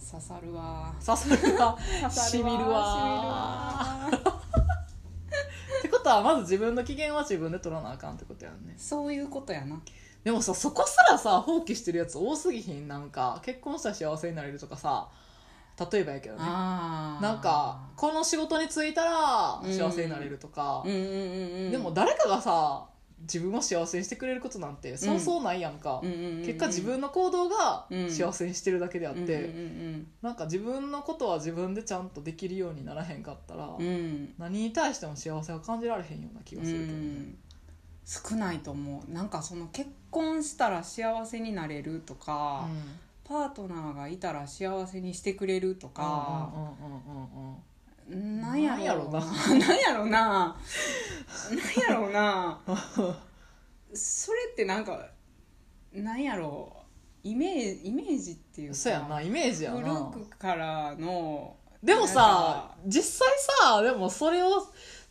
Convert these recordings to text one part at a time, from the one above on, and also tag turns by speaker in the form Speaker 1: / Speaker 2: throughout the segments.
Speaker 1: 刺さるわ
Speaker 2: さすが
Speaker 1: し
Speaker 2: し
Speaker 1: み
Speaker 2: み
Speaker 1: る
Speaker 2: る
Speaker 1: わ
Speaker 2: わってことはまず自分の機嫌は自分で取らなあかんってことやんね
Speaker 1: そういうことやな
Speaker 2: でもさそこすらさ放棄してるやつ多すぎひんなんか結婚したら幸せになれるとかさ例えばやけどね
Speaker 1: あー
Speaker 2: なんかこの仕事に就いたら幸せになれるとか
Speaker 1: うん、うんうんうん
Speaker 2: でも誰かがさ自分を幸せにしてくれることなんてそうそうないやんか、
Speaker 1: うんうんうんうん
Speaker 2: 結果自分の行動が
Speaker 1: うん
Speaker 2: 幸せにしてるだけであっ
Speaker 1: うんうん
Speaker 2: て、なんか自分のことは自分でちゃんとできるようにならへんかったら、
Speaker 1: うんうんうん
Speaker 2: 何に対しても幸せは感じられへんような気がするけど
Speaker 1: う
Speaker 2: ね、
Speaker 1: ん少ないと思うなんかその結婚したら幸せになれるとか、パートナーがいたら幸せにしてくれるとか、
Speaker 2: うんうんうんうんうん
Speaker 1: なんやろうな
Speaker 2: なん
Speaker 1: なんやろうななんやろう なそれってなんかなんやろうイメージイメージっていううんか
Speaker 2: そうやなイメージやな
Speaker 1: 古くからの
Speaker 2: でもさ
Speaker 1: なんか
Speaker 2: 実際さでもそれを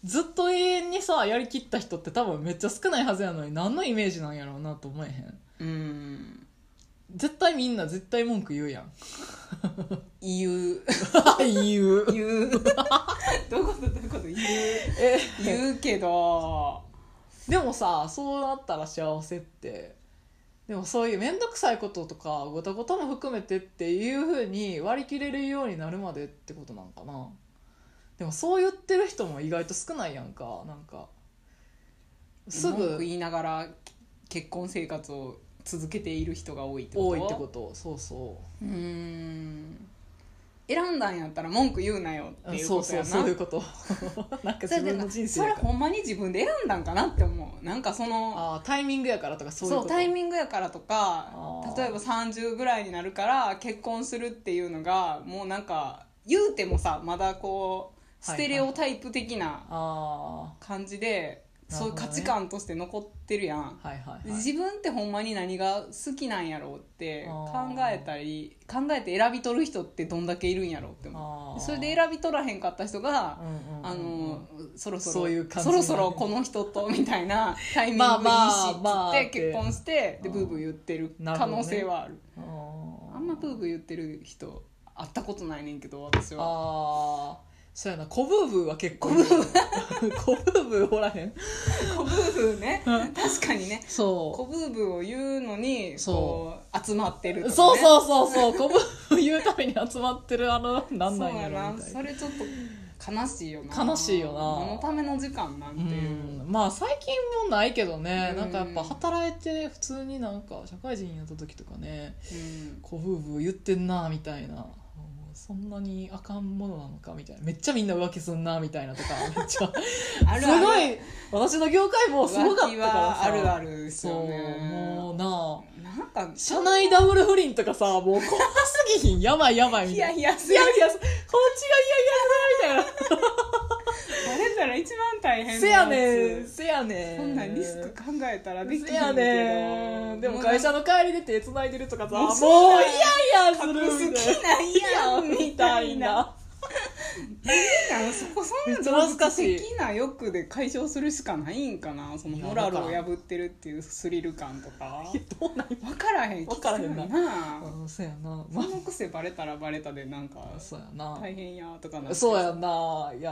Speaker 2: ずっと永遠にさやりきった人って多分めっちゃ少ないはずやのに何のイメージなんやろうなと思えへん
Speaker 1: うん
Speaker 2: 絶対みんな絶対文句言うやん
Speaker 1: 言う
Speaker 2: 言う
Speaker 1: 言 うどういうことどういうこと言う
Speaker 2: え
Speaker 1: 言うけど
Speaker 2: でもさそうなったら幸せってでもそういう面倒くさいこととかごたごたも含めてっていうふうに割り切れるようになるまでってことなんかなでもそう言ってる人も意外と少ないやんかなんかす
Speaker 1: 文句
Speaker 2: ぐ
Speaker 1: 言いながら結婚生活を続けている人が多いってこと
Speaker 2: 多いってことそうそう
Speaker 1: ーん選んだんやったら文句言うなよっ
Speaker 2: う
Speaker 1: て
Speaker 2: ん
Speaker 1: いう
Speaker 2: そ
Speaker 1: こ
Speaker 2: う
Speaker 1: と
Speaker 2: そ
Speaker 1: や
Speaker 2: う
Speaker 1: な
Speaker 2: そういうこと なんか
Speaker 1: それで
Speaker 2: 自分
Speaker 1: な
Speaker 2: の人生
Speaker 1: それ
Speaker 2: やから
Speaker 1: ほんまに自分で選んだんかなって思うなんかその
Speaker 2: あータイミングやからとか
Speaker 1: そ
Speaker 2: そ
Speaker 1: うう
Speaker 2: いうこと
Speaker 1: タイミングやからとか
Speaker 2: あー
Speaker 1: 例えば30ぐらいになるから結婚するっていうのがもうなんか言うてもさまだこうステレオタイプ的な
Speaker 2: あ
Speaker 1: 感じで、
Speaker 2: なる
Speaker 1: そういう
Speaker 2: ほどね
Speaker 1: 価値観として残ってるやん、
Speaker 2: あはいはいはい
Speaker 1: 自分ってほんまに何が好きなんやろうって
Speaker 2: あ
Speaker 1: 考
Speaker 2: ー
Speaker 1: えたり考えて選び取る人ってどんだけいるんやろうって思
Speaker 2: あ
Speaker 1: う
Speaker 2: ー
Speaker 1: それで選び取らへんかった人が、
Speaker 2: うんうんうん
Speaker 1: あのそろそろ
Speaker 2: そういう感じ
Speaker 1: そろそろこの人とみたいなタイミングいいし
Speaker 2: まあまあまあ
Speaker 1: っつって結婚してで
Speaker 2: うん
Speaker 1: ブーブー言ってる
Speaker 2: なる
Speaker 1: 可
Speaker 2: ほどね
Speaker 1: 能性はある
Speaker 2: あー
Speaker 1: あんまブーブー言ってる人会ったことないねんけど私は
Speaker 2: ああそうやな小ブーブーは結構小ブーブーおらへん
Speaker 1: 小ブーブー ね確かにね小
Speaker 2: そ
Speaker 1: ブーブーを言うのにこ
Speaker 2: そう
Speaker 1: 集まってると
Speaker 2: う
Speaker 1: か、ね、
Speaker 2: そうそうそうそう小ブーブー言うために集まってるあのなん
Speaker 1: そ
Speaker 2: な
Speaker 1: うんや
Speaker 2: やろ
Speaker 1: な
Speaker 2: みたい
Speaker 1: そ
Speaker 2: な
Speaker 1: れちょっと悲しいよな
Speaker 2: 悲しいよな
Speaker 1: 何のための時間なん
Speaker 2: う
Speaker 1: ていう、
Speaker 2: んまあ最近もないけどね
Speaker 1: うん
Speaker 2: なんかやっぱ働いて普通になんか社会人やった時とかね
Speaker 1: うん
Speaker 2: 小ブーブー言ってんなみたいなそんなにあかんものなのかみたいなめっちゃみんな浮気すんなみたいなとかめっち ゃ
Speaker 1: あるある
Speaker 2: すごい私の業界もすごか
Speaker 1: 浮
Speaker 2: った
Speaker 1: 気
Speaker 2: から
Speaker 1: は
Speaker 2: さ
Speaker 1: あるあるです
Speaker 2: そう
Speaker 1: よね
Speaker 2: もうなあ
Speaker 1: なんか
Speaker 2: 社内ダブル不倫とかさもう怖すぎひんやばいやばいみ
Speaker 1: ヒ
Speaker 2: た
Speaker 1: ヤ
Speaker 2: いな
Speaker 1: ヒヤす
Speaker 2: い
Speaker 1: る
Speaker 2: やいやこっちがいやいやだみ
Speaker 1: バレたら一番大
Speaker 2: たいな
Speaker 1: 変
Speaker 2: せやねん
Speaker 1: つ
Speaker 2: せやねん
Speaker 1: そんなんリスク考えたらでき
Speaker 2: せ
Speaker 1: へん
Speaker 2: や
Speaker 1: け
Speaker 2: ねん
Speaker 1: ど
Speaker 2: でも会社の帰りで手繋いでるとかさ
Speaker 1: も
Speaker 2: も
Speaker 1: う
Speaker 2: う
Speaker 1: そうなんや
Speaker 2: イヤイヤす
Speaker 1: 隠す
Speaker 2: るみたい
Speaker 1: 気ないや
Speaker 2: なん
Speaker 1: みたいななんそこそんな
Speaker 2: めっちゃ恥ずかしい
Speaker 1: 動物的な欲で解消するしかないんかなそのモラルを破ってるっていうスリル感とか
Speaker 2: どうなんや
Speaker 1: 分からへん
Speaker 2: 分からへんな
Speaker 1: きついな
Speaker 2: うんせやなま
Speaker 1: そのくせバレたらバレたでなんか
Speaker 2: あそうやな
Speaker 1: 大変やとかなんか
Speaker 2: そうやないや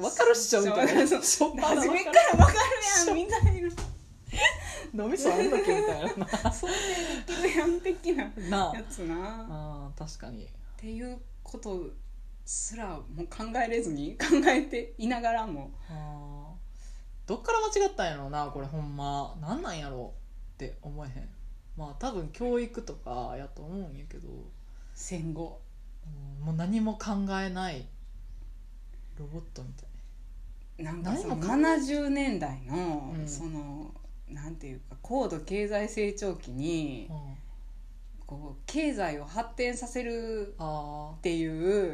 Speaker 2: わかるっしょみたいな
Speaker 1: そう
Speaker 2: しょっぱ
Speaker 1: 初
Speaker 2: なわかる
Speaker 1: めから分かるやんみたい
Speaker 2: 脳みそあんだっけみたいな
Speaker 1: なそういうやん的なや
Speaker 2: なあ
Speaker 1: つな
Speaker 2: あー確かに
Speaker 1: っていうことすらもう考えれずに 考えていながらも
Speaker 2: あーどっから間違ったんやろうなこれほんまなんなんやろうって思えへんまあ多分教育とかやと思うんやけど
Speaker 1: 戦後
Speaker 2: うんもう何も考えないロボットみたい
Speaker 1: なんかその
Speaker 2: 何も考えない
Speaker 1: 70年代の、
Speaker 2: うん
Speaker 1: そのなんていうか高度経済成長期に
Speaker 2: うん
Speaker 1: こう経済を発展させる
Speaker 2: あ
Speaker 1: ってい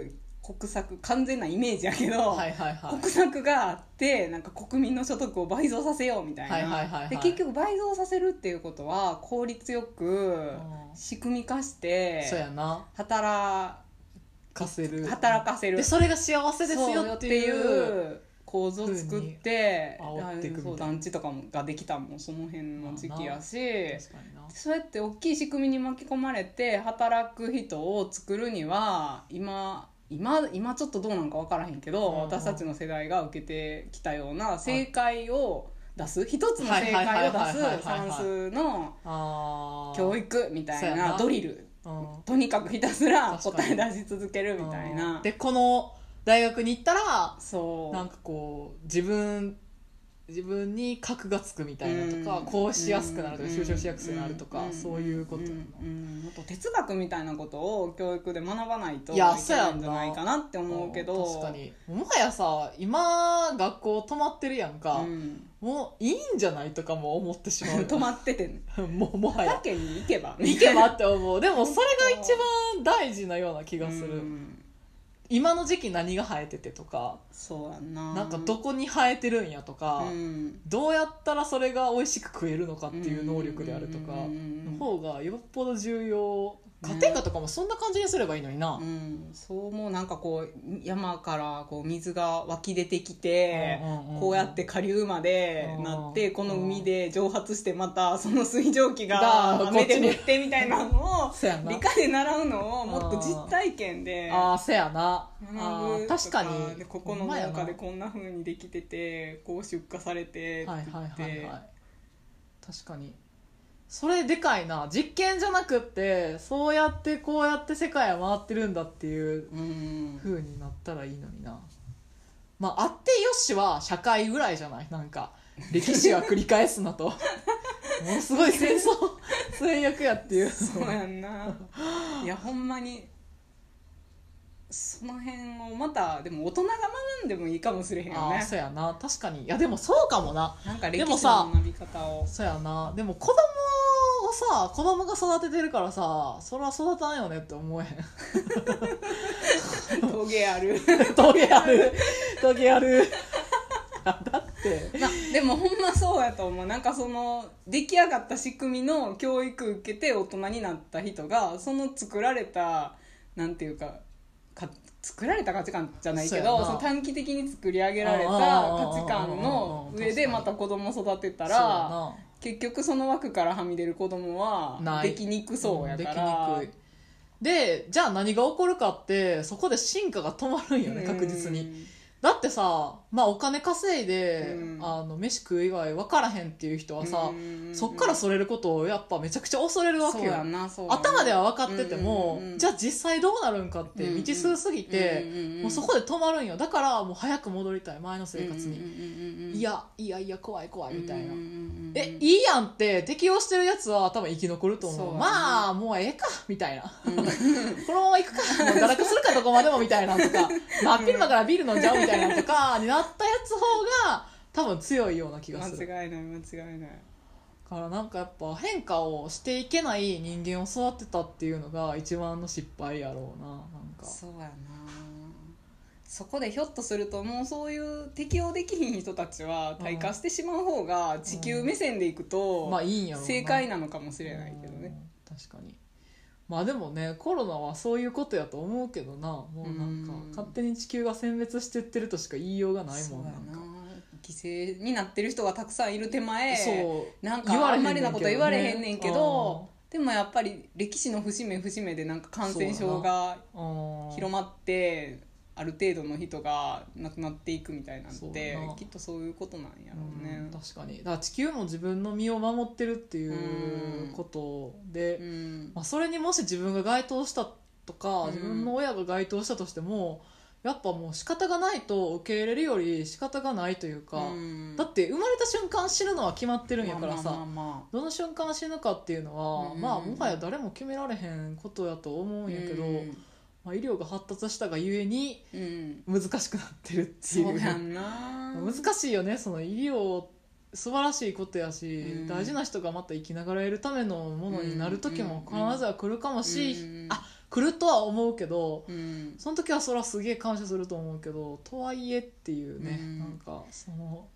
Speaker 1: う国策完全なイメージやけど、
Speaker 2: あはいはいはい
Speaker 1: 国策があってなんか国民の所得を倍増させようみたいな、
Speaker 2: はいはいはいはい
Speaker 1: で結局倍増させるっていうことは効率よく
Speaker 2: うん
Speaker 1: 仕組み化して
Speaker 2: そうやな
Speaker 1: 働
Speaker 2: 貸せる
Speaker 1: 働かせる
Speaker 2: でそれが幸せですよっていう
Speaker 1: そうよっていう構造作って
Speaker 2: ふうに煽っていくみたいな
Speaker 1: そう団地とかもができたもんその辺の時期やし、
Speaker 2: 確かにな
Speaker 1: そうやって大きい仕組みに巻き込まれて働く人を作るには今今今ちょっとどうなんか分からへんけど、
Speaker 2: うんうん
Speaker 1: 私たちの世代が受けてきたような正解を出す一つの正解を出
Speaker 2: はいはいはいはいはいは
Speaker 1: す
Speaker 2: い
Speaker 1: 算数の
Speaker 2: あー
Speaker 1: 教育みた
Speaker 2: そう
Speaker 1: い
Speaker 2: や
Speaker 1: な
Speaker 2: な
Speaker 1: ドリル
Speaker 2: うん
Speaker 1: とにかくひたすら
Speaker 2: 確か
Speaker 1: 答え
Speaker 2: に
Speaker 1: 出し続けるみたいな
Speaker 2: でこの大学に行ったら
Speaker 1: そう
Speaker 2: なんかこう自分自分に核がつくみたいなとか、
Speaker 1: うん
Speaker 2: こうしやすくなるとか、
Speaker 1: うん
Speaker 2: 就職しやすくなるとか、
Speaker 1: ん
Speaker 2: そういうことやな、
Speaker 1: うんうんもっと哲学みたいなことを教育で学ばないといけ
Speaker 2: いや
Speaker 1: ないんじゃないかなって思うけど
Speaker 2: 確かにもはやさ今学校止まってるやんか、
Speaker 1: うん
Speaker 2: もういいんじゃないとかも思ってしまうよ
Speaker 1: 止まっててん
Speaker 2: もうもはや
Speaker 1: 畑に行けば
Speaker 2: 行けばって思うでもそれが一番大事なような気がする、
Speaker 1: うん
Speaker 2: 今の時期何が生えててとか
Speaker 1: そうやな
Speaker 2: なんかどこに生えてるんやとか、
Speaker 1: うん
Speaker 2: どうやったらそれが美味しく食えるのかっていう能力であるとか
Speaker 1: うん
Speaker 2: の方がよっぽど重要家庭科とかもそんな感じにすればいいのにな、
Speaker 1: うんそうもうなんかこう山からこう水が湧き出てきて、
Speaker 2: うんうんうん
Speaker 1: こうやって下流までなって、
Speaker 2: うん
Speaker 1: この海で蒸発してまたその水蒸気
Speaker 2: が
Speaker 1: が雨で降ってみたいなのを
Speaker 2: そうやな
Speaker 1: 理科で習うのをもっと実体験で
Speaker 2: ああせやな
Speaker 1: 学ぶ
Speaker 2: あー
Speaker 1: と
Speaker 2: 確かに
Speaker 1: でここの
Speaker 2: ほんまや
Speaker 1: 農
Speaker 2: な
Speaker 1: 家でこんな風にできててこう出荷されてって
Speaker 2: はいはい
Speaker 1: 言って、
Speaker 2: はいはい確かにそれでかいな実験じゃなくってそうやってこうやって世界は回ってるんだっていう
Speaker 1: うん
Speaker 2: 風になったらいいのになまああってよしは社会ぐらいじゃないなんか歴史は繰り返すな とものすごい戦争戦略やっていう
Speaker 1: そうやんないやほんまにその辺をまたでも大人が学んでもいいかもしれへんよ
Speaker 2: ああ
Speaker 1: ね
Speaker 2: そうやな確かにいやでもそうかもな
Speaker 1: なんか歴
Speaker 2: でも
Speaker 1: 史
Speaker 2: さ
Speaker 1: の学び方を
Speaker 2: そうやなでも子供をさ子供が育ててるからさそれは育たんよねって思えへん
Speaker 1: 陶芸ある
Speaker 2: トゲあるトゲあるだって
Speaker 1: なでもほんまそうやと思うなんかその出来上がった仕組みの教育受けて大人になった人がその作られたなんていうかか作られた価値観じゃないけ
Speaker 2: そうや
Speaker 1: ど
Speaker 2: な
Speaker 1: その短期的に作り上げられた
Speaker 2: ああああ
Speaker 1: 価値観の上で
Speaker 2: 確か
Speaker 1: ま
Speaker 2: に
Speaker 1: た子供育てた
Speaker 2: そう
Speaker 1: ら
Speaker 2: やな
Speaker 1: 結局その枠からはみ出る子供は
Speaker 2: ない
Speaker 1: できにくそうやから
Speaker 2: できにくいでじゃあ何が起こるかってそこで進化が止まるんよね確実にだってさまあお金稼いで、
Speaker 1: うん
Speaker 2: あの飯食う以外分からへんっていう人はさ、そっから
Speaker 1: す
Speaker 2: それることをやっぱめちゃくちゃ恐れるわ
Speaker 1: そう
Speaker 2: けよ
Speaker 1: やなそうやな
Speaker 2: 頭では分かってても、
Speaker 1: うんうんうん
Speaker 2: じゃあ実際どうなるんかって未知数すぎて、
Speaker 1: んんん
Speaker 2: もうそこで止まるんよだからもう早く戻りたい前の生活
Speaker 1: う
Speaker 2: に、
Speaker 1: んうんうんうん
Speaker 2: いやいやいや怖い怖いみたいな、
Speaker 1: うんうんうんうん
Speaker 2: えいいやんって適応してるやつは多分生き残ると
Speaker 1: そう
Speaker 2: 思
Speaker 1: や
Speaker 2: う
Speaker 1: な
Speaker 2: まあもうええかみたいな このまま行くかもう堕落するかどこまでもみたいなとか真っ昼間からビール飲んじゃうみたいなとかになったやつ方が多分強いような気がするだ
Speaker 1: 間違いない間違いない
Speaker 2: からなんかやっぱ変化をしていけない人間を育てたっていうのが一番の失敗やろうななんか
Speaker 1: そうやなそこでひょっとするともうそういう適応できひん人たちは退化してしまう方が地球目線でいくと、
Speaker 2: まあいいんやろうな
Speaker 1: 正解なのかもしれないけどね
Speaker 2: うん確かにまあでもねコロナはそういうことやと思うけどなもうなんか
Speaker 1: うん
Speaker 2: 勝手に地球が選別してってるとしか言いようがない
Speaker 1: そう
Speaker 2: もんな
Speaker 1: や
Speaker 2: ん
Speaker 1: な
Speaker 2: か
Speaker 1: 犠牲になってる人がたくさんいる手前
Speaker 2: そう
Speaker 1: なん
Speaker 2: 言
Speaker 1: か
Speaker 2: わ
Speaker 1: あ
Speaker 2: れへ
Speaker 1: ん
Speaker 2: ん
Speaker 1: ま
Speaker 2: ね
Speaker 1: り
Speaker 2: んけどね
Speaker 1: なこと言われへんねんけどでもやっぱり歴史の節目節目でなんか感染症が
Speaker 2: うん
Speaker 1: 広まってある程度の人が亡くなっていくみたいなん
Speaker 2: そう
Speaker 1: て
Speaker 2: やな
Speaker 1: きっとそういうことなんやろう
Speaker 2: う
Speaker 1: ね
Speaker 2: ん。確かにだから地球も自分の身を守ってるっていうことで、
Speaker 1: うん
Speaker 2: まあ、それにもし自分が該当したとか、
Speaker 1: うん
Speaker 2: 自分の親が該当したとしてもやっぱもう仕方がないと受け入れるより仕方がないというか、
Speaker 1: うん
Speaker 2: だって生まれた瞬間死ぬのは決まってるんやから
Speaker 1: ま
Speaker 2: さ、
Speaker 1: あまあまあまあ
Speaker 2: どの瞬間死ぬかっていうのは、
Speaker 1: うん
Speaker 2: まあもはや誰も決められへんことやと思うんやけど、
Speaker 1: うん
Speaker 2: まあ、医療が発達したがゆえに
Speaker 1: うん
Speaker 2: 難しくなってるって
Speaker 1: そ
Speaker 2: い
Speaker 1: ううやん な
Speaker 2: 難しいよねその医療素晴らしいことやし、
Speaker 1: うん
Speaker 2: 大事な人がまた生きながら得るためのものになる時も必ずは来るかもし、
Speaker 1: うん
Speaker 2: あ来るとは思うけど
Speaker 1: うん
Speaker 2: その時はそれはすげえ感謝すると思うけどとはいえっていうね、
Speaker 1: うん
Speaker 2: なんかその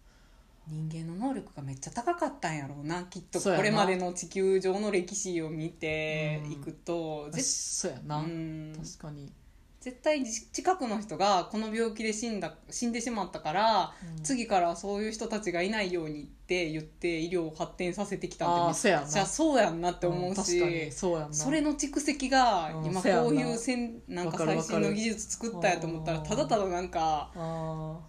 Speaker 1: 人間の能力がめっちゃ高かったんやろうなきっと
Speaker 2: そう
Speaker 1: こ
Speaker 2: や
Speaker 1: れま
Speaker 2: な
Speaker 1: での地球上の歴史を見ていくと、
Speaker 2: うん
Speaker 1: 絶
Speaker 2: そうや
Speaker 1: う
Speaker 2: な、
Speaker 1: ん、
Speaker 2: 確かに
Speaker 1: 絶対じ近くの人がこの病気で死んだ死んでしまったから、次からそういう人たちがいないようにって言って医療を発展させてきた
Speaker 2: あ
Speaker 1: ん
Speaker 2: ー
Speaker 1: で
Speaker 2: そうやな
Speaker 1: じゃあそうやんなって思うし、
Speaker 2: 確かにそうやんな
Speaker 1: それの蓄積が
Speaker 2: うん
Speaker 1: 今
Speaker 2: せやな
Speaker 1: こういうせんなんか
Speaker 2: わかる
Speaker 1: 最
Speaker 2: わかる
Speaker 1: 新の技術作ったやと思ったら
Speaker 2: うん
Speaker 1: ただただなんか
Speaker 2: あ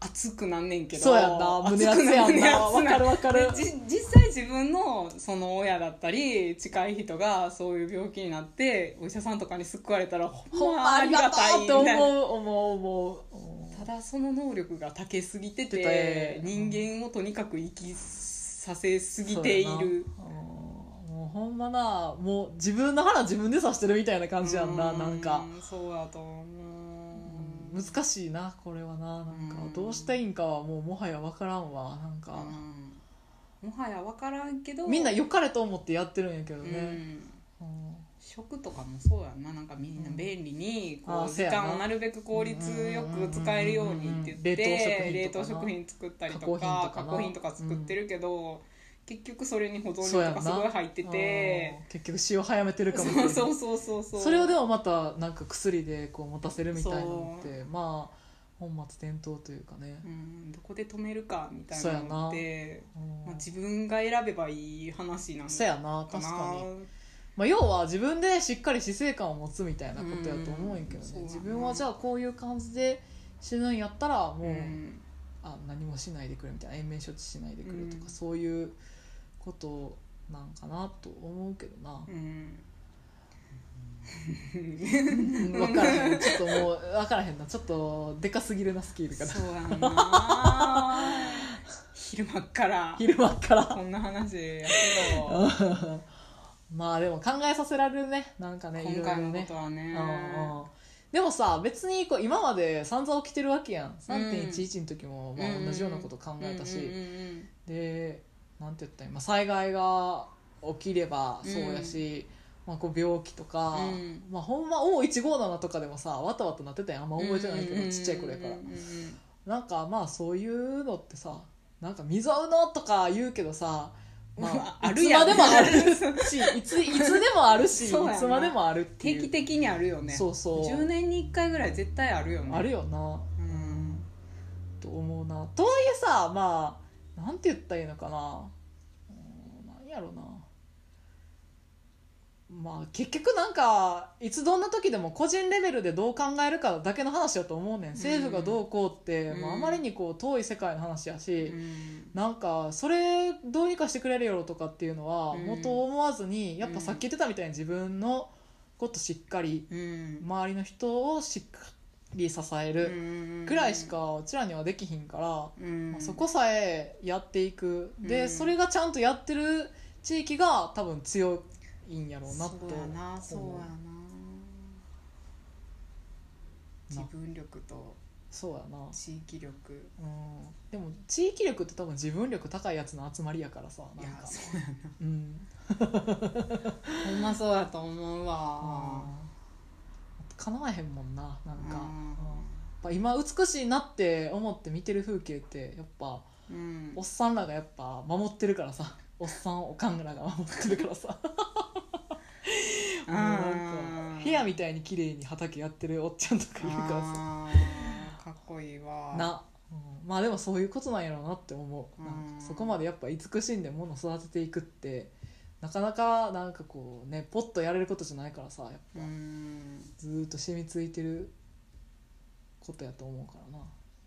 Speaker 1: 熱くなんねんけ
Speaker 2: ー
Speaker 1: ど
Speaker 2: そうやんな胸熱やんなわかるわかる
Speaker 1: でじ実際自分のその親だったり近い人がそういう病気になってお医者さんとかに救われたら ほ
Speaker 2: ほ
Speaker 1: ん
Speaker 2: ん
Speaker 1: ま
Speaker 2: ま
Speaker 1: あ
Speaker 2: あ
Speaker 1: り
Speaker 2: り
Speaker 1: が
Speaker 2: が
Speaker 1: た
Speaker 2: た
Speaker 1: い
Speaker 2: い
Speaker 1: み
Speaker 2: と
Speaker 1: たいな
Speaker 2: 思う思う思ううん
Speaker 1: ただその能力が高すぎて
Speaker 2: 出て
Speaker 1: て人間をとにかく生きさせすぎてい
Speaker 2: そうやな
Speaker 1: る
Speaker 2: うんもうほんまなもう自分の腹自分で刺してるみたいな感じやんな
Speaker 1: う
Speaker 2: なんか
Speaker 1: そうやと思う
Speaker 2: 難しいなこれはななんか
Speaker 1: うん
Speaker 2: どうしたいんかはもうもはや分からんわなんか
Speaker 1: うんもはや分からんけど
Speaker 2: みんな良かれと思ってやってるんやけど
Speaker 1: う
Speaker 2: ね
Speaker 1: ん
Speaker 2: うん
Speaker 1: 食とかもそうやんななんかみんな便利に
Speaker 2: うん
Speaker 1: こ
Speaker 2: あ
Speaker 1: う
Speaker 2: せ
Speaker 1: 時
Speaker 2: やな
Speaker 1: 間をなるべく効率よく使えるようにって言って
Speaker 2: うん
Speaker 1: 冷
Speaker 2: 冷
Speaker 1: 凍
Speaker 2: 凍食品と
Speaker 1: 食品作
Speaker 2: かな
Speaker 1: ったり
Speaker 2: 加
Speaker 1: と
Speaker 2: 工品
Speaker 1: か
Speaker 2: とか
Speaker 1: 加
Speaker 2: な
Speaker 1: 工品とか作ってるけど結局それに保存
Speaker 2: そうや
Speaker 1: 料
Speaker 2: ん
Speaker 1: と
Speaker 2: な
Speaker 1: かすごい入ってて
Speaker 2: うん結局塩早めてるかもしれ
Speaker 1: そ
Speaker 2: な
Speaker 1: うそう
Speaker 2: い
Speaker 1: そうそうそう
Speaker 2: それをでもまたなんか薬でこう持たせるみたいなのってまあ本末転倒というかね
Speaker 1: う、んどこで止めるかみたいなのって
Speaker 2: うん
Speaker 1: まあ、自分が選べばいい話なん
Speaker 2: そ
Speaker 1: だ
Speaker 2: やな
Speaker 1: か
Speaker 2: 確
Speaker 1: な
Speaker 2: かに、まあ、要は自分でしっかり死生観を持つみたいなことやと思うんやけど
Speaker 1: うんそうや
Speaker 2: ね
Speaker 1: な
Speaker 2: 自分はじゃあこういう感じで死ぬんやったらもう、
Speaker 1: うん
Speaker 2: あ何もしないでくれみたいな延命処置しないでくれとか、
Speaker 1: うん
Speaker 2: そういうことなんかなと思うけどな
Speaker 1: うん
Speaker 2: うん分からへんちょっともう分からへんなちょっとでかすぎるなスキルが
Speaker 1: そうやん な昼間っから
Speaker 2: 昼間から
Speaker 1: こんな話やけど
Speaker 2: まあでも考えさせられるねなんかね
Speaker 1: 今
Speaker 2: いろいろ
Speaker 1: 回のこ
Speaker 2: ね
Speaker 1: とはね
Speaker 2: うんうんでもさ別にこう今まで散々起きてるわけやん3.11の時もまあ同じようなこと考えたし、
Speaker 1: うんうん
Speaker 2: でなんて言ったらいいまあ、災害が起きればそうやし、まあ、こう病気とか、
Speaker 1: うん
Speaker 2: まあ、ほんま O157 とかでもさわたわたなってたやんあんま
Speaker 1: うん
Speaker 2: 覚えてないけど、
Speaker 1: うんうんうん
Speaker 2: ちっちゃい頃やから、
Speaker 1: うんう
Speaker 2: なんかまあそういうのってさなんか未曾有のとか言うけどさまあ、
Speaker 1: あ
Speaker 2: あ
Speaker 1: る
Speaker 2: る
Speaker 1: やん
Speaker 2: いつまでもあるしいついつでもあるしい
Speaker 1: そうやな
Speaker 2: つまでもあるってい
Speaker 1: 定
Speaker 2: う
Speaker 1: 期的にあるよね
Speaker 2: そうそう
Speaker 1: 10年に1回ぐらい絶対あるよね
Speaker 2: あるよな
Speaker 1: うん
Speaker 2: と思うなとはいえさまあなんて言ったらいいのかなうんなんやろなまあ結局なんかいつどんな時でも個人レベルでどう考えるかだけの話だと思うねん政府がどうこうって、
Speaker 1: うん
Speaker 2: まあ、あまりにこう遠い世界の話や
Speaker 1: う
Speaker 2: し、
Speaker 1: ん
Speaker 2: なんかそれどうにかしてくれるやろとかっていうのは
Speaker 1: うん
Speaker 2: もっと思わずにやっぱさっき言ってたみたいに自分のことしっかり
Speaker 1: うん
Speaker 2: 周りの人をしっかり支えるぐらいし、かうちらにはできひんか
Speaker 1: う
Speaker 2: ら、
Speaker 1: ん
Speaker 2: まあそこさえやっていく
Speaker 1: う
Speaker 2: で、
Speaker 1: ん
Speaker 2: それがちゃんとやってる地域が多分強いんやろうなと
Speaker 1: そうやなそうや
Speaker 2: 思う
Speaker 1: な自分力と
Speaker 2: そうやな
Speaker 1: 地域力
Speaker 2: うん、でも地域力って多分自分力高いやつの集まりやからさ
Speaker 1: い
Speaker 2: な
Speaker 1: や
Speaker 2: んか
Speaker 1: そうや
Speaker 2: うん
Speaker 1: なほんまそうやと思うわ
Speaker 2: かなわへんもんななんか、
Speaker 1: う
Speaker 2: うんんやっぱ今美しいなって思って見てる風景ってやっぱ
Speaker 1: うん
Speaker 2: おっさんらがやっぱ守ってるからさ おっさんおかんらが守ってるからさ
Speaker 1: う
Speaker 2: もうなん
Speaker 1: ん
Speaker 2: か部屋みたいに綺麗に畑やってるおっちゃんとかいるからさ
Speaker 1: あーかっこいいわ
Speaker 2: な、うんまあでもそういうことなんやろうなって思うなん
Speaker 1: うん
Speaker 2: かそこまでやっぱ慈しんで物育てていくってなかなかなんかこうねポッとやれることじゃないからさやっ
Speaker 1: う
Speaker 2: ぱ
Speaker 1: ん
Speaker 2: ずーっと染みついてることやと思うからな、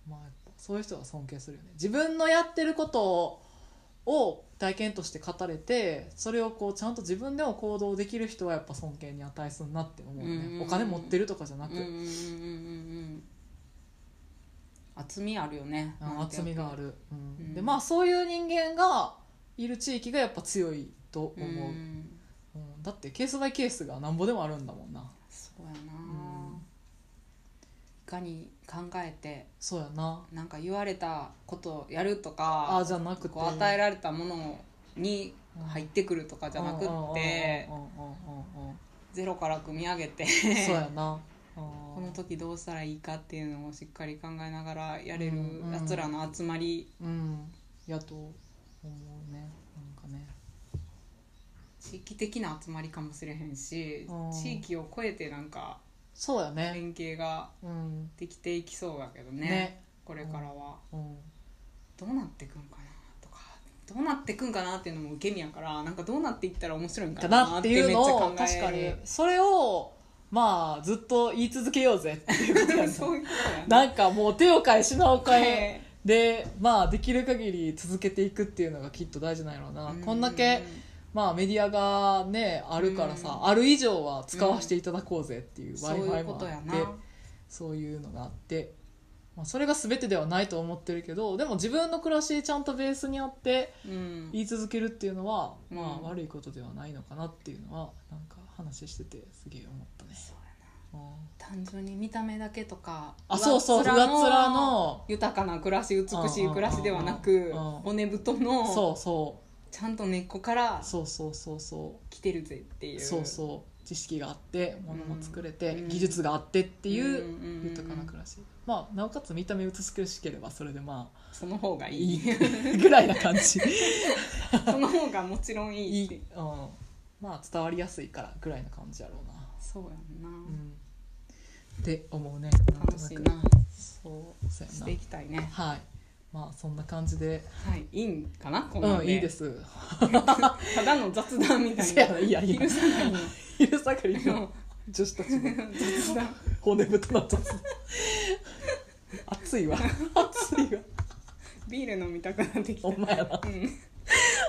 Speaker 2: まあ、やっぱそういう人は尊敬するよね自分のやってることをを体験として語れてそれをこうちゃんと自分でも行動できる人はやっぱ尊敬に値するなって思う
Speaker 1: うんうん
Speaker 2: ね
Speaker 1: うん
Speaker 2: お金持ってるとかじゃな
Speaker 1: うん
Speaker 2: く、
Speaker 1: うんうんうんうん厚みあるよね
Speaker 2: あの厚みがある、うん
Speaker 1: うん
Speaker 2: でまあそういう人間がいる地域がやっぱ強いと
Speaker 1: う
Speaker 2: 思う、うん
Speaker 1: ん
Speaker 2: だってケースバイケースがなんぼでもあるんだもんな
Speaker 1: そうやな
Speaker 2: うん
Speaker 1: いかに考えて
Speaker 2: そうやな
Speaker 1: なんか言われたことをやると
Speaker 2: あ
Speaker 1: か
Speaker 2: あじゃなくて
Speaker 1: こう与えられたものに入ってくるとかじゃなくって
Speaker 2: うんうんうんうんうんうん
Speaker 1: ゼロから組み上げて
Speaker 2: そうやな。
Speaker 1: この時どうしたらいいかっていうのをしっかり考えながらやれる
Speaker 2: うんうん
Speaker 1: やつらの集まり
Speaker 2: うん、やと思うね。なんかね。
Speaker 1: 地域的な集まりかもしれへんし
Speaker 2: うん
Speaker 1: 地域を超えてなんか
Speaker 2: そうやね
Speaker 1: 連携が
Speaker 2: うん
Speaker 1: できていきそうだけどね
Speaker 2: ね
Speaker 1: これからは
Speaker 2: うん
Speaker 1: どうなってくんかなとかどうなってくんかなっていうのも受け身やからなんかどうなっていったら面白いん
Speaker 2: か
Speaker 1: か
Speaker 2: な
Speaker 1: な
Speaker 2: っ
Speaker 1: ってて
Speaker 2: いう
Speaker 1: めっちゃ
Speaker 2: のを
Speaker 1: 考
Speaker 2: 確かに
Speaker 1: え
Speaker 2: それをまあずっと言い続けようぜっていうことや
Speaker 1: る
Speaker 2: ね
Speaker 1: そういうことやね
Speaker 2: なんかもう手を変え品を変え
Speaker 1: ね
Speaker 2: でまあできる限り続けていくっていうのがきっと大事なんやろうなこんだ
Speaker 1: う
Speaker 2: け
Speaker 1: ん
Speaker 2: まあメディアがねあるからさある以上は使わせていただこうぜっていう
Speaker 1: そうい
Speaker 2: Wi-Fi
Speaker 1: うこ
Speaker 2: も
Speaker 1: と
Speaker 2: あ
Speaker 1: や
Speaker 2: っ
Speaker 1: な
Speaker 2: てそういうのがあってまあそれが全てではないと思ってるけどでも自分の暮らしちゃんとベースにあって
Speaker 1: うん
Speaker 2: 言い続けるっていうのは、
Speaker 1: うん
Speaker 2: まあ悪いことではないのかなっていうのはなんか話しててすげえ思ったね。
Speaker 1: そうやな
Speaker 2: うん
Speaker 1: 単純に見た目だけとか
Speaker 2: あそうそう
Speaker 1: 上っ面
Speaker 2: 上っ面の
Speaker 1: 豊かな暮らし美しい暮らしではなく
Speaker 2: うんうんうん
Speaker 1: 骨太の
Speaker 2: そうそ
Speaker 1: ちゃんと根っこから
Speaker 2: うそうそうそうそ
Speaker 1: 来てるぜっていうう
Speaker 2: そうそう知識があって物も作れて、
Speaker 1: うん
Speaker 2: 技術があってって
Speaker 1: うん
Speaker 2: いう
Speaker 1: うんうん
Speaker 2: 豊かな暮らし、まあなおかつ見た目美しければそれでまあ
Speaker 1: その方がいい
Speaker 2: いいぐらいな感じ
Speaker 1: その方がもちろんいい
Speaker 2: い
Speaker 1: っ
Speaker 2: い、
Speaker 1: て
Speaker 2: うん、まあ伝わりやすいからぐらいな感じやろうな、
Speaker 1: そうやんな、
Speaker 2: うん、って思うねんと
Speaker 1: 楽
Speaker 2: なく
Speaker 1: しいな
Speaker 2: そうそう
Speaker 1: し
Speaker 2: や
Speaker 1: て
Speaker 2: ない
Speaker 1: きたいね
Speaker 2: はい。まあそんな感じで、
Speaker 1: はいいいんかなこんな
Speaker 2: うんんいいです。
Speaker 1: ただの雑談みたい
Speaker 2: せや
Speaker 1: な
Speaker 2: な、いいやいいや
Speaker 1: 昼。下がりの
Speaker 2: 昼下がりの女子たちの
Speaker 1: 雑談
Speaker 2: 骨太な雑談。暑いわ。暑いわ。
Speaker 1: ビール飲みたくなってきた
Speaker 2: お前やな。
Speaker 1: うん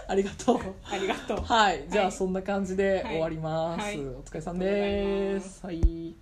Speaker 2: ありがとう。
Speaker 1: ありがとう
Speaker 2: はい。じゃ
Speaker 1: は
Speaker 2: あ
Speaker 1: い
Speaker 2: そんな感じで
Speaker 1: はい
Speaker 2: 終わります。
Speaker 1: はい
Speaker 2: お疲れさんです。はい